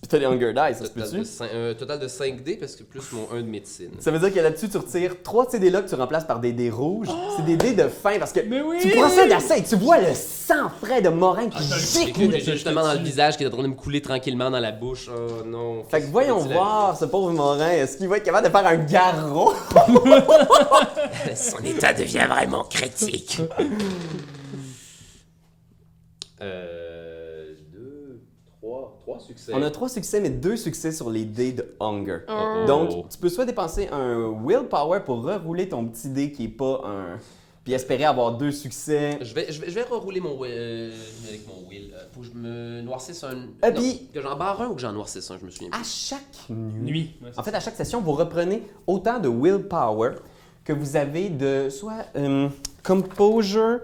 Puis t'as les Hunger Die, ça se Total peut-tu? de, cin- euh, total de 5 dés parce que plus mon 1 de médecine. Ça veut dire que là-dessus, tu retires trois de ces dés-là que tu remplaces par des dés rouges. C'est des dés de fin parce que oui! tu procèdes à ça et tu vois le sang frais de Morin qui J'ai gicle. coulé justement dans le visage qui est en train de me couler tranquillement dans la bouche. Oh non. Fait que voyons voir ce pauvre Morin. Est-ce qu'il va être capable de faire un garrot? Son état devient vraiment critique. Euh. 2, 3, 3 succès. On a trois succès, mais deux succès sur les dés de Hunger. Oh, oh. Donc, tu peux soit dépenser un willpower pour rerouler ton petit dé qui est pas un. Puis espérer avoir deux succès. Je vais, je vais, je vais rerouler mon euh, avec mon wheel. Euh, Faut que je me noircisse un. Ah, Non, puis- Que j'en barre un ou que j'en noircisse un, je me souviens. plus. À chaque nuit. Nuit. En fait, à chaque session, vous reprenez autant de willpower que vous avez de soit euh, composure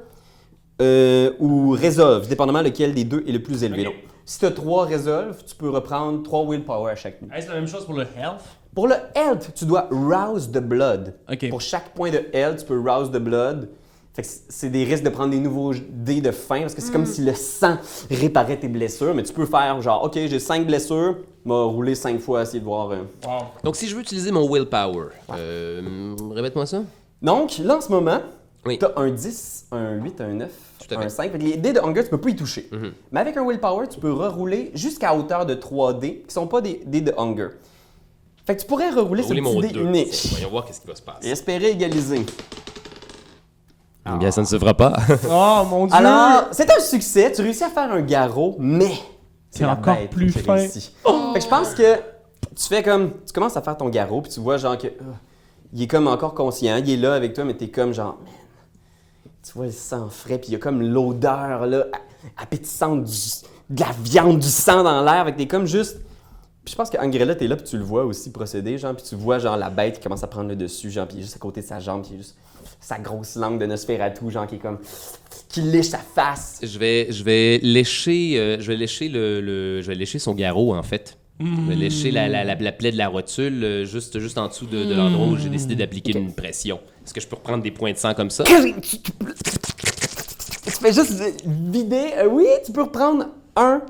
euh, ou resolve, dépendamment lequel des deux est le plus élevé. Ok. Donc, si tu as trois resolve, tu peux reprendre trois willpower à chaque nuit. Hey, c'est la même chose pour le health. Pour le health, tu dois rouse the blood. Ok. Pour chaque point de health, tu peux rouse the blood. Fait que c'est des risques de prendre des nouveaux j- dés de fin parce que c'est comme si le sang réparait tes blessures, mais tu peux faire genre, OK, j'ai cinq blessures, m'a roulé cinq fois, essayer de voir. euh, Wow. Donc si je veux utiliser mon willpower, euh, mm, répète-moi ça. Donc, là, en ce moment, Oui. t'as un 10, un 8, un 9, Tout à fait. Mhm. un 5. Fait que les dés de Hunger, tu peux pas y toucher. Mais avec un Willpower, tu peux rerouler jusqu'à hauteur de 3 dés, qui sont pas des dés de Hunger. Fait que tu pourrais rerouler ce Rouler mon petit dé 2. unique Voyons voir qu'est-ce qui va se et passer. espérer égaliser. Bien, ça ne se fera pas. Oh mon dieu! Alors, c'est un succès, tu réussis à faire un garrot, mais C'est la encore bête plus qui fin. réussit. Fait que je pense que tu fais comme tu commences à faire ton garrot puis tu vois genre que ah, il est comme encore conscient, il est là avec toi mais t'es comme genre man. Tu vois le sang frais puis il y a comme l'odeur là a- appétissante du- de la viande, du sang dans l'air, avec t'es comme juste puis je pense que Angrella, t'es là, puis tu le vois aussi procéder, genre, puis tu vois, genre, la bête qui commence à prendre le dessus, genre, puis il est juste à côté de sa jambe, puis il est juste sa grosse langue de Nosferatu, genre, qui est comme. qui liche sa face. Je vais, je vais lécher, euh, je vais lécher le, le- je vais lécher son garrot en fait. Je vais lécher la, la, la, la plaie de la rotule euh, juste, juste en dessous de, de l'endroit où j'ai décidé d'appliquer une pression. Est-ce que je peux reprendre des points de sang comme ça Tu fais juste euh, vider. euh, oui, tu peux reprendre un.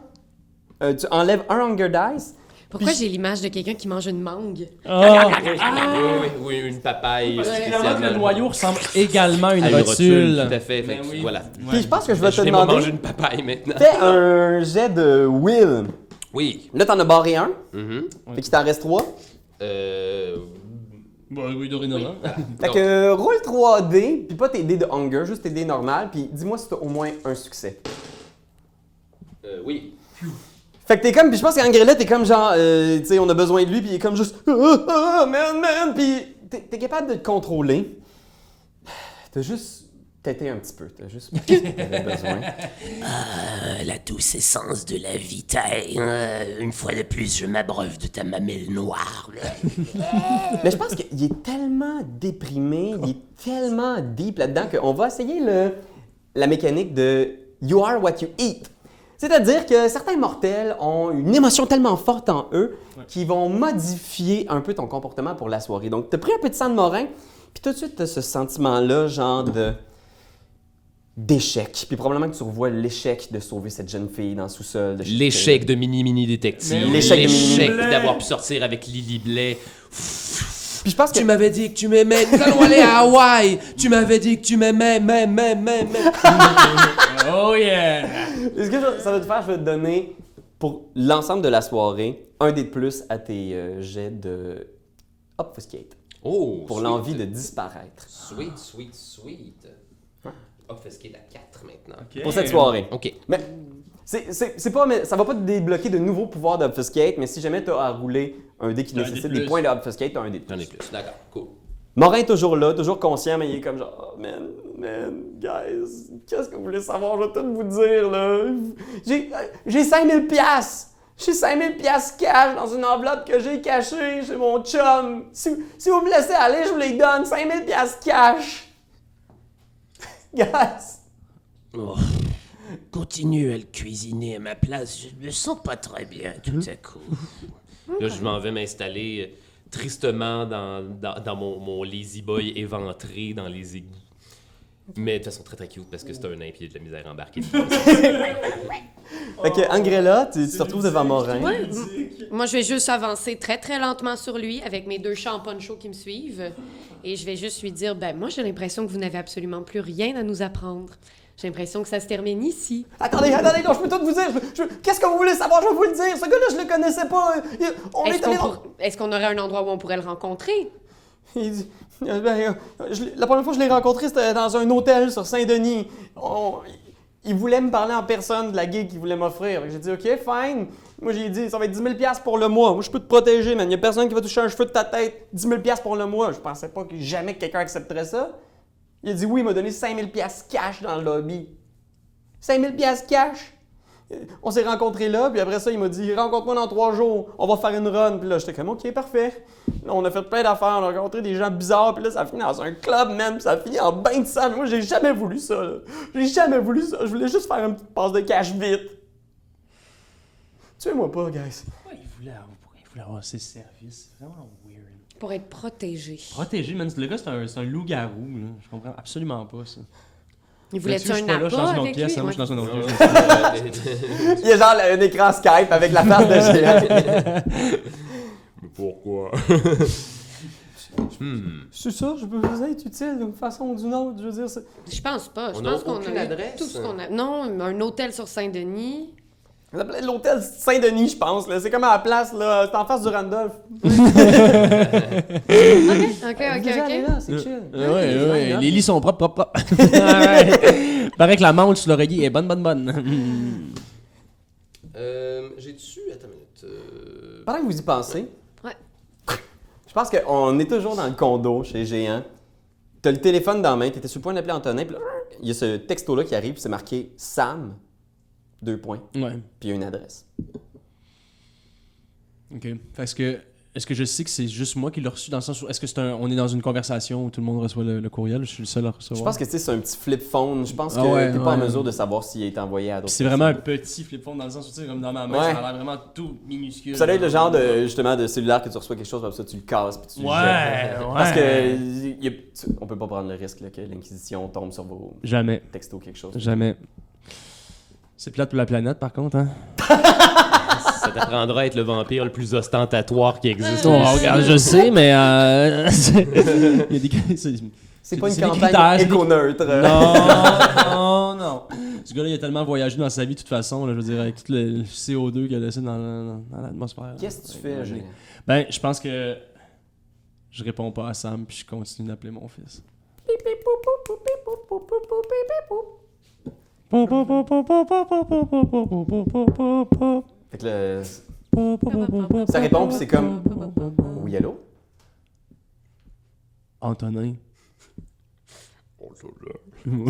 euh, tu enlèves un Hunger Dice. Pourquoi j'ai l'image de quelqu'un qui mange une mangue Ah. Oh. Ah! oui, oui, oui, une papaye. Clairement que le noyau ressemble également à une à une rotule. rotule, tout à fait. fait Ben que oui. Voilà. Puis je pense que je vais te vais pas demander. manger une papaye maintenant. Fais un jet de Will. Oui. Là, t'en as barré un. Mhm. Fait qu'il t'en reste trois. Euh, Bah oui, dorénavant. Fait Donc- que euh, roule 3D, puis pas tes dés de Hunger, juste tes dés normales, puis dis-moi si t'as au moins un succès. euh, oui. Fait que t'es comme, puis je pense qu'Angrella, t'es comme genre, euh, tu sais, on a besoin de lui, puis il est comme juste, ah, ah, man, man, puis t'es t'es capable de te contrôler. T'as juste têté un petit peu, t'as juste pris ce que t'avais besoin. Euh, la douce essence de la vitae. Euh, une fois de plus, je m'abreuve de ta mamelle noire. Mais je pense qu'il est tellement déprimé, il est tellement deep là-dedans qu'on va essayer le, la mécanique de You are what you eat. C'est-à-dire que certains mortels ont une émotion tellement forte en eux qu'ils vont modifier un peu ton comportement pour la soirée. Donc, t'as pris un peu de sang de morin, puis tout de suite, t'as ce sentiment-là, genre de d'échec. Puis probablement que tu revois l'échec de sauver cette jeune fille dans le sous-sol. de chez- L'échec de Mini Mini Mais Détective. oui. L'échec de Mini L'échec Blais. d'avoir pu sortir avec Lily Blais. Puis je pense que... Tu m'avais dit que tu m'aimais, nous allons aller à Hawaï. Tu m'avais dit que tu m'aimais, mais, mais, mais, mais. Oh yeah! Est-ce que je- ça va te faire, je vais te donner, pour l'ensemble de la soirée, un dé de plus à tes euh, jets de obfuscate. Oh! Pour sweet. l'envie de disparaître. Sweet, sweet, sweet. Ah, Obfusqué à 4 maintenant. Pour cette soirée. Ok. Mais c'est- c'est c'est pas, mais ça va pas te débloquer de nouveaux pouvoirs d'obfuscate, mais si jamais tu as à rouler un dé qui T'as un dé de nécessite plus. des points d'obfuscate, t'as un dé de J'en ai plus. plus. D'accord, cool. Morin est toujours là, toujours conscient, mais il est comme genre, oh man, man, guys, qu'est-ce que vous voulez savoir? Je vais tout vous dire, là. J'ai- J'ai 5000 piastres! J'ai 5000 piastres cash dans une enveloppe que j'ai cachée chez mon chum. Si, si vous me laissez aller, je vous les donne. 5000 piastres cash! guys! Oh. Continue à le cuisiner à ma place, je me sens pas très bien tout Mmh. à coup. Là, je m'en vais m'installer euh, tristement dans, dans, dans mon, mon lazy boy éventré dans les égouts. Mais de façon très très cute parce que c'est un nain pied de la misère embarquée. Fait que, Angrella, tu, tu te retrouves devant Morin. Moi, je vais juste avancer très, très lentement sur lui avec mes deux chats en poncho qui me suivent. Et je vais juste lui dire Ben, moi, j'ai l'impression que vous n'avez absolument plus rien à nous apprendre. J'ai l'impression que ça se termine ici. Attendez, attendez, non, je peux tout vous dire. Je- je- Qu'est-ce que vous voulez savoir? Je vais vous le dire. Ce gars-là, je le connaissais pas. Il- on Est-ce est qu'on allé dans- pour- est-ce qu'on aurait un endroit où on pourrait le rencontrer Il dit, euh, ben, euh, je l'ai- la première fois que je l'ai rencontré, c'était dans un hôtel sur Saint-Denis. On- il voulait me parler en personne de la gig qu'il voulait m'offrir. J'ai dit, OK, fine. Moi, j'ai dit, ça va être 10 000 pour le mois. Moi, je peux te protéger, man. Il n'y a personne qui va toucher un cheveu de ta tête. 10 000 pour le mois. Je pensais pas que jamais que quelqu'un accepterait ça. Il a dit, oui, il m'a donné 5 000 cash dans le lobby. 5 000 cash. Euh, On s'est rencontrés là, puis après ça, il m'a dit Rencontre-moi dans trois jours, on va faire une run. Puis là, j'étais comme Ok, parfait. Là, on a fait plein d'affaires, on a rencontré des gens bizarres, puis là, ça finit dans un club même, puis ça finit en bain de sang. Mais Moi, j'ai jamais voulu ça, là. J'ai jamais voulu ça. Je voulais juste faire une petite passe de cash vite. Tuez-moi pas, guys. Il voulait, avoir- pourquoi il voulait avoir ses services. Ah, C'est vraiment weird. pour être protégé Protégé, man. Le gars, c'est un, c'est un loup-garou. là. Je comprends absolument pas ça. Il voulait-tu Là-dessus, je suis pas un là, je suis appât dans une autre avec lui pièce, hein, moi, je suis Ouais. dans une autre pièce. Il y a genre là, un écran Skype avec la face de géant. Pourquoi? C'est ça, je peux vous être utile d'une façon ou d'une autre. Je veux dire, c'est- Je pense pas. Je On a pense qu'on a aucune eu adresse. euh. tout ce qu'on a. Non, un hôtel sur Saint-Denis. Ça s'appelait l'hôtel Saint-Denis, je pense. là. C'est comme à la place, là. C'est en face du Randolph. OK, OK, Vous êtes OK, déjà allé OK. là, c'est chill. Euh, ouais, ouais, les lits sont propres, propres, propres. ouais. Paraît que la manche sur l'oreiller est bonne, bonne, bonne. Euh, J'ai-tu. Attends une minute. euh, Pendant que vous y pensez, Ouais. je pense qu'on est toujours dans le condo chez Géant. T'as le téléphone dans la main, t'étais sur le point d'appeler Antonin, puis là, il y a ce texto-là qui arrive, puis c'est marqué Sam, deux points, ouais, puis il y a une adresse. ok. Parce que, est-ce que je sais que c'est juste moi qui l'ai reçu dans le sens où, est-ce que c'est un, on est dans une conversation où tout le monde reçoit le, le courriel, je suis le seul à recevoir? Je pense que tu sais, c'est un petit flip phone, je pense que Ah ouais, t'es pas en ouais. mesure de savoir s'il est envoyé à d'autres C'est vraiment un petit flip phone dans le sens où, tu sais, comme dans ma main, Ouais. ça a l'air vraiment tout minuscule. Ça doit être le genre de, justement de cellulaire que tu reçois quelque chose, comme ça tu le casses puis tu le Ouais, jettes. ouais. Parce que il y a- tu- on peut pas prendre le risque là, que l'inquisition tombe sur vos Jamais, textos quelque chose. jamais. C'est plate pour la planète, par contre, hein? Ça t'apprendra à être le vampire le plus ostentatoire qui existe. Oh, regarde, je sais, mais. euh, Il y a des. c'est- C'est pas une C'est des critères, campagne c'est des- éco-neutre. Non, non, non. Ce gars-là, il a tellement voyagé dans sa vie, de toute façon, là, je veux dire, avec tout le CO2 qu'il a laissé dans la- dans l'atmosphère. Qu'est-ce que tu fais, Julien? Ben, je pense que je réponds pas à Sam, puis je continue d'appeler mon fils. Fait que là, ça répond, puis c'est comme Oui, allô? Antonin.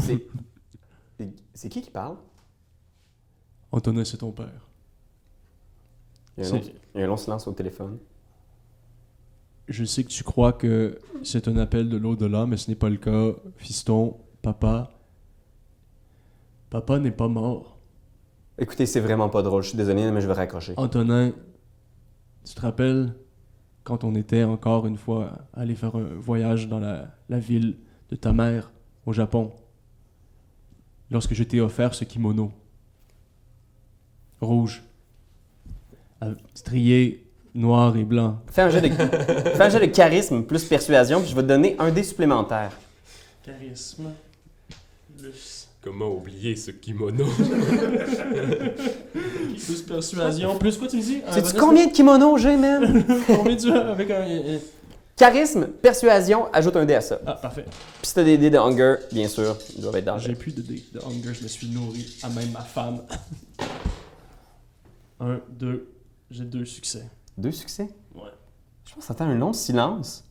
C'est. C'est qui qui parle? Antonin, c'est ton père. Il y, a un C'est- long, il y a un long silence au téléphone. Je sais que tu crois que c'est un appel de l'au-delà, mais ce n'est pas le cas. Fiston, papa. Papa n'est pas mort. Écoutez, c'est vraiment pas drôle. Je suis désolé, mais je vais raccrocher. Antonin, tu te rappelles quand on était encore une fois allé faire un voyage dans la, la ville de ta mère au Japon lorsque je t'ai offert ce kimono. Rouge. Euh, strié, noir et blanc. Fais un, jeu de... Fais un jeu de charisme plus persuasion, puis je vais te donner un dé supplémentaire. Charisme. Plus, Comment oublier ce kimono plus persuasion. Plus quoi, tu me dis Un Sais-tu bonus- combien de kimonos j'ai, man? Combien tu as avec un. charisme, persuasion, ajoute un dé à ça. Ah, parfait. Puis si t'as des dés de hunger, bien sûr, ils doivent être dans le jeu. J'ai plus de dés de hunger, je me suis nourri à même ma femme. Un, deux. J'ai deux succès. Deux succès? Ouais. Je pense que t'entends un long silence.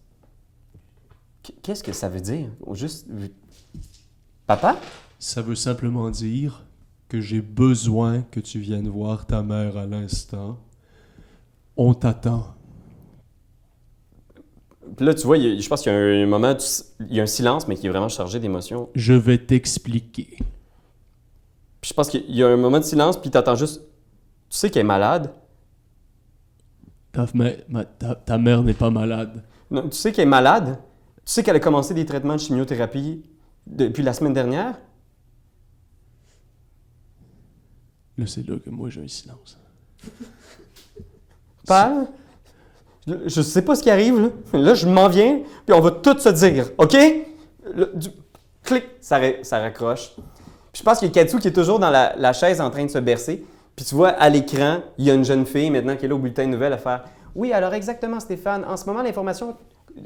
Qu- Qu'est-ce que ça veut dire? Au Juste... Papa? Ça veut simplement dire que j'ai besoin que tu viennes voir ta mère à l'instant. On t'attend. Puis là, tu vois, il y a- je pense qu'il y a un moment, tu s- il y a un silence, mais qui est vraiment chargé d'émotions. Je vais t'expliquer. Puis je pense qu'il y a un moment de silence, puis t'entends juste... Tu sais qu'elle est malade? Ta, mè- ma- ta- ta mère n'est pas malade. Non, tu sais qu'elle est malade? Tu sais qu'elle a commencé des traitements de chimiothérapie depuis la semaine dernière? Là, c'est là que moi j'ai un silence. Père? Je je sais pas ce qui arrive, là. Là, je m'en viens, puis on va tout se dire, OK? Le- du- clic, ça, ra- ça raccroche. Puis je pense qu'il y a Katsu qui est toujours dans la, la chaise en train de se bercer. Puis tu vois, à l'écran, il y a une jeune fille maintenant qui est là au bulletin de nouvelles à faire Oui, alors exactement, Stéphane. En ce moment, l'information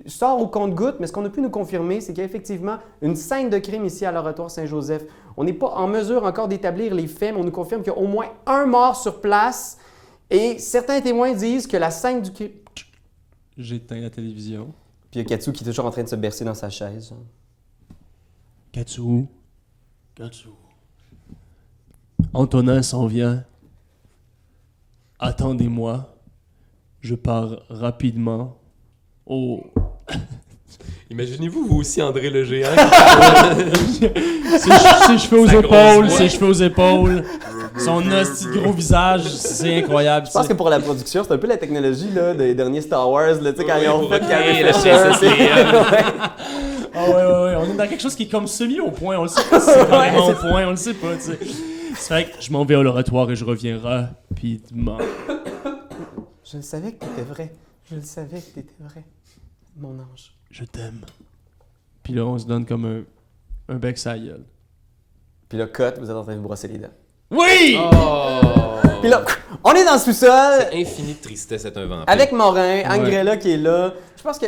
sort au compte-goutte, mais ce qu'on a pu nous confirmer, c'est qu'il y a effectivement une scène de crime ici à l'oratoire Saint-Joseph. On n'est pas en mesure encore d'établir les faits, mais on nous confirme qu'il y a au moins un mort sur place. Et certains témoins disent que la scène du crime. J'éteins la télévision. Puis il y a Katsu qui est toujours en train de se bercer dans sa chaise. hein. genre. Katsu. Katsu. Antonin s'en vient. Attendez-moi. Je pars rapidement. Oh. Imaginez-vous, vous aussi, André le géant. Ses, che- ses cheveux aux Sa grosse épaules, voix. ses cheveux aux épaules. Son hostie de gros visage, c'est incroyable. Je pense que pour la production, c'est un peu la technologie là, des derniers Star Wars, là, tu sais, quand Oui, ils ont pour fait Carrie recréer la Fisher, princesse c'est- Ouais. Ah ouais, ouais, ouais, on est dans quelque chose qui est comme semi au point, on le sait pas si c'est vraiment au point, on le sait pas, tu sais. C'est vrai que je m'en vais à l'oratoire et je reviens rapidement. Je le savais que t'étais vrai. Je le savais que t'étais vrai. Mon ange. Je t'aime. Puis là, on se donne comme un, un bec sa gueule. Puis là, cut, vous êtes en train de vous brosser les dents. oui Puis là, on est dans le sous-sol Infinie tristesse est un vampire. avec Morin, Angrella qui est là. Je pense que.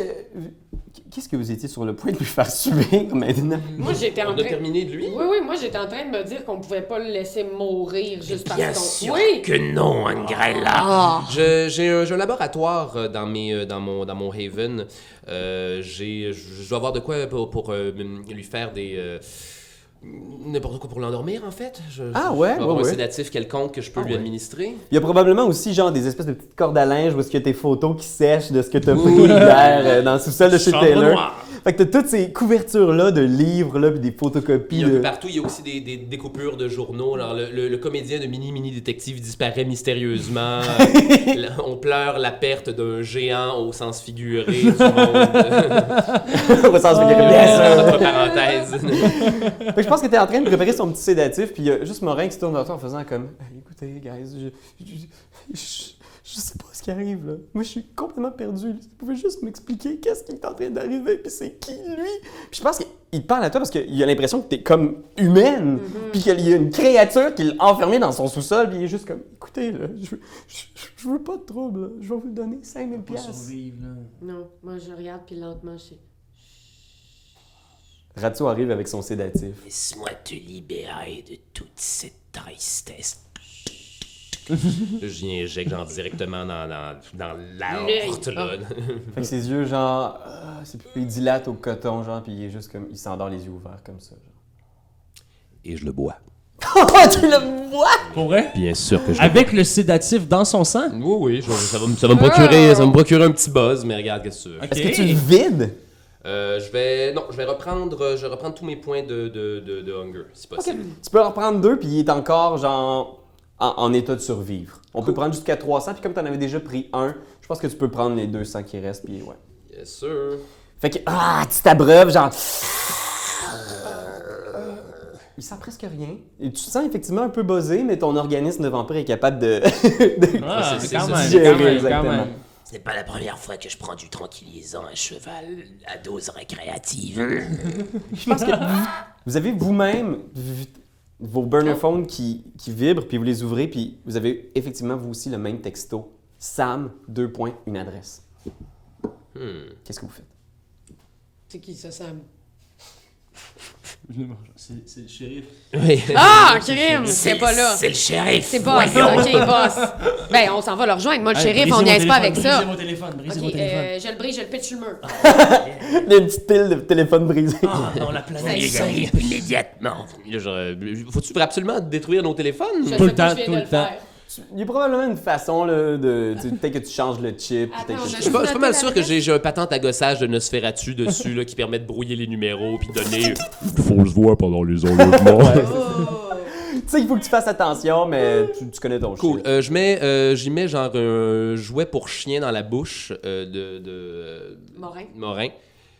Qu'est-ce que vous étiez sur le point de lui faire subir maintenant? Moi, j'étais en On a train. terminé de lui? Oui, oui, moi, j'étais en train de me dire qu'on pouvait pas le laisser mourir juste Bien parce qu'on. sûr Oui! que non, Angrella. Ah! Je- J'ai un, j'ai un laboratoire euh, dans, mes, euh, dans, mon, dans mon Haven. Euh, j'ai- je je dois avoir de quoi pour, pour, euh, m- lui faire des. euh, N'importe quoi pour l'endormir, en fait. Je- Ah je- ouais, je dois avoir ouais, ouais. un Ah sédatif quelconque que je peux lui ouais. administrer. Il y a probablement aussi genre des espèces de petites cordes à linge où est-ce que tes photos qui sèchent de ce que t'as pris hier euh, dans le sous-sol de chez Chambre Taylor. noire. Fait que t'as toutes ces couvertures-là de livres, là, puis des Puis photocopies. un de... euh, peu partout, il y a aussi des, des, des coupures de journaux. Alors, le, le- le comédien de Mini Mini Détective disparaît mystérieusement. Euh, là, On pleure la perte d'un géant au sens figuré du monde. Au sens Ah. figuré, bien sûr. Entre parenthèses. Fait que je pense que t'es en train de préparer son petit sédatif, puis il y a juste Morin qui se tourne vers toi en faisant comme Hey, Écoutez, guys, je, je, je- je sais pas ce qui arrive là. Moi, je suis complètement perdu. là. Vous pouvez juste m'expliquer qu'est-ce qui est en train d'arriver, puis c'est qui lui Puis je pense qu'il te parle à toi parce qu'il a l'impression que t'es comme humaine, puis qu'il y a une créature qui l'a enfermée dans son sous-sol, puis il est juste comme Écoutez, là, je, veux- je, je veux pas de trouble, là. je vais vous donner 5000 pièces. Non, moi, je regarde, puis lentement, je sais. Ratio arrive avec son sédatif. Laisse-moi te libérer de toute cette tristesse. J'y injecte genre directement dans, dans, dans L'œil. l'aorte, là. Fait que ses yeux, genre, ah, c'est plus- il dilate au coton, genre, puis il est juste comme, il s'endort les yeux ouverts comme ça. Et je le bois. Oh, tu le vois! Pour vrai? Bien sûr que je Avec le sédatif dans son sang? Ah. le bois. Oui, oui, je- ça, va, me- ça va me procurer, ça va me procurer un petit buzz, mais regarde, qu'est-ce que tu veux. Est-ce que tu le vides? Euh, je vais... Non, je vais reprendre, euh, je vais reprendre tous mes points de, de, de, de hunger, si possible. Tu peux en reprendre deux, puis il est encore, genre, en, en état de survivre. On peut prendre jusqu'à 300, puis comme t'en avais déjà pris un, je pense que tu peux prendre les 200 qui restent, puis ouais. Bien sûr. Fait que, ah, tu t'abreuves, genre, Il sent presque rien. Et tu te sens effectivement un peu buzzé, mais ton organisme de vampire est capable de. de- Ah, c'est- quand c'est- même, c'est- quand même, exactement. quand même. C'est pas la première fois que je prends du tranquillisant à cheval à dose récréative. Je pense que vous- vous avez vous-même v- vos burner phones qui, qui vibrent, puis vous les ouvrez, puis vous avez effectivement vous aussi le même texto. Sam, deux points, une adresse. Qu'est-ce que vous faites? C'est qui ça, Sam? C'est c'est le shérif. Oui. Ah, crime! C'est pas là. C'est le shérif. C'est boss, voyons. ok, boss. Ben, on s'en va le rejoindre. Moi, le shérif, on niaise pas avec ça. mon téléphone, Ah. brisez Ok, euh, je le brise, je le pitch sur le mur. Il y a une petite pile de téléphone brisé. non, la On planète. y arrive immédiatement. Là, j'aurais- Faut-tu absolument détruire nos téléphones? Je Tout sais le temps, pas si je viens tout de le le faire. Il y a probablement une façon là, de. tu sais, Peut-être que tu changes le chip. Attends, peut-être que- je- Je suis pas, je suis pas mal sûr que j'ai j'ai un patent à gossage de Nosferatu dessus là, qui permet de brouiller les numéros puis de donner. fausse voix pendant les enlèvements. Tu sais qu'il faut que tu fasses attention, mais tu, tu connais ton Cool. chip. Euh, je mets, euh, j'y mets genre un jouet pour chien dans la bouche euh, de, de euh, Morin. Morin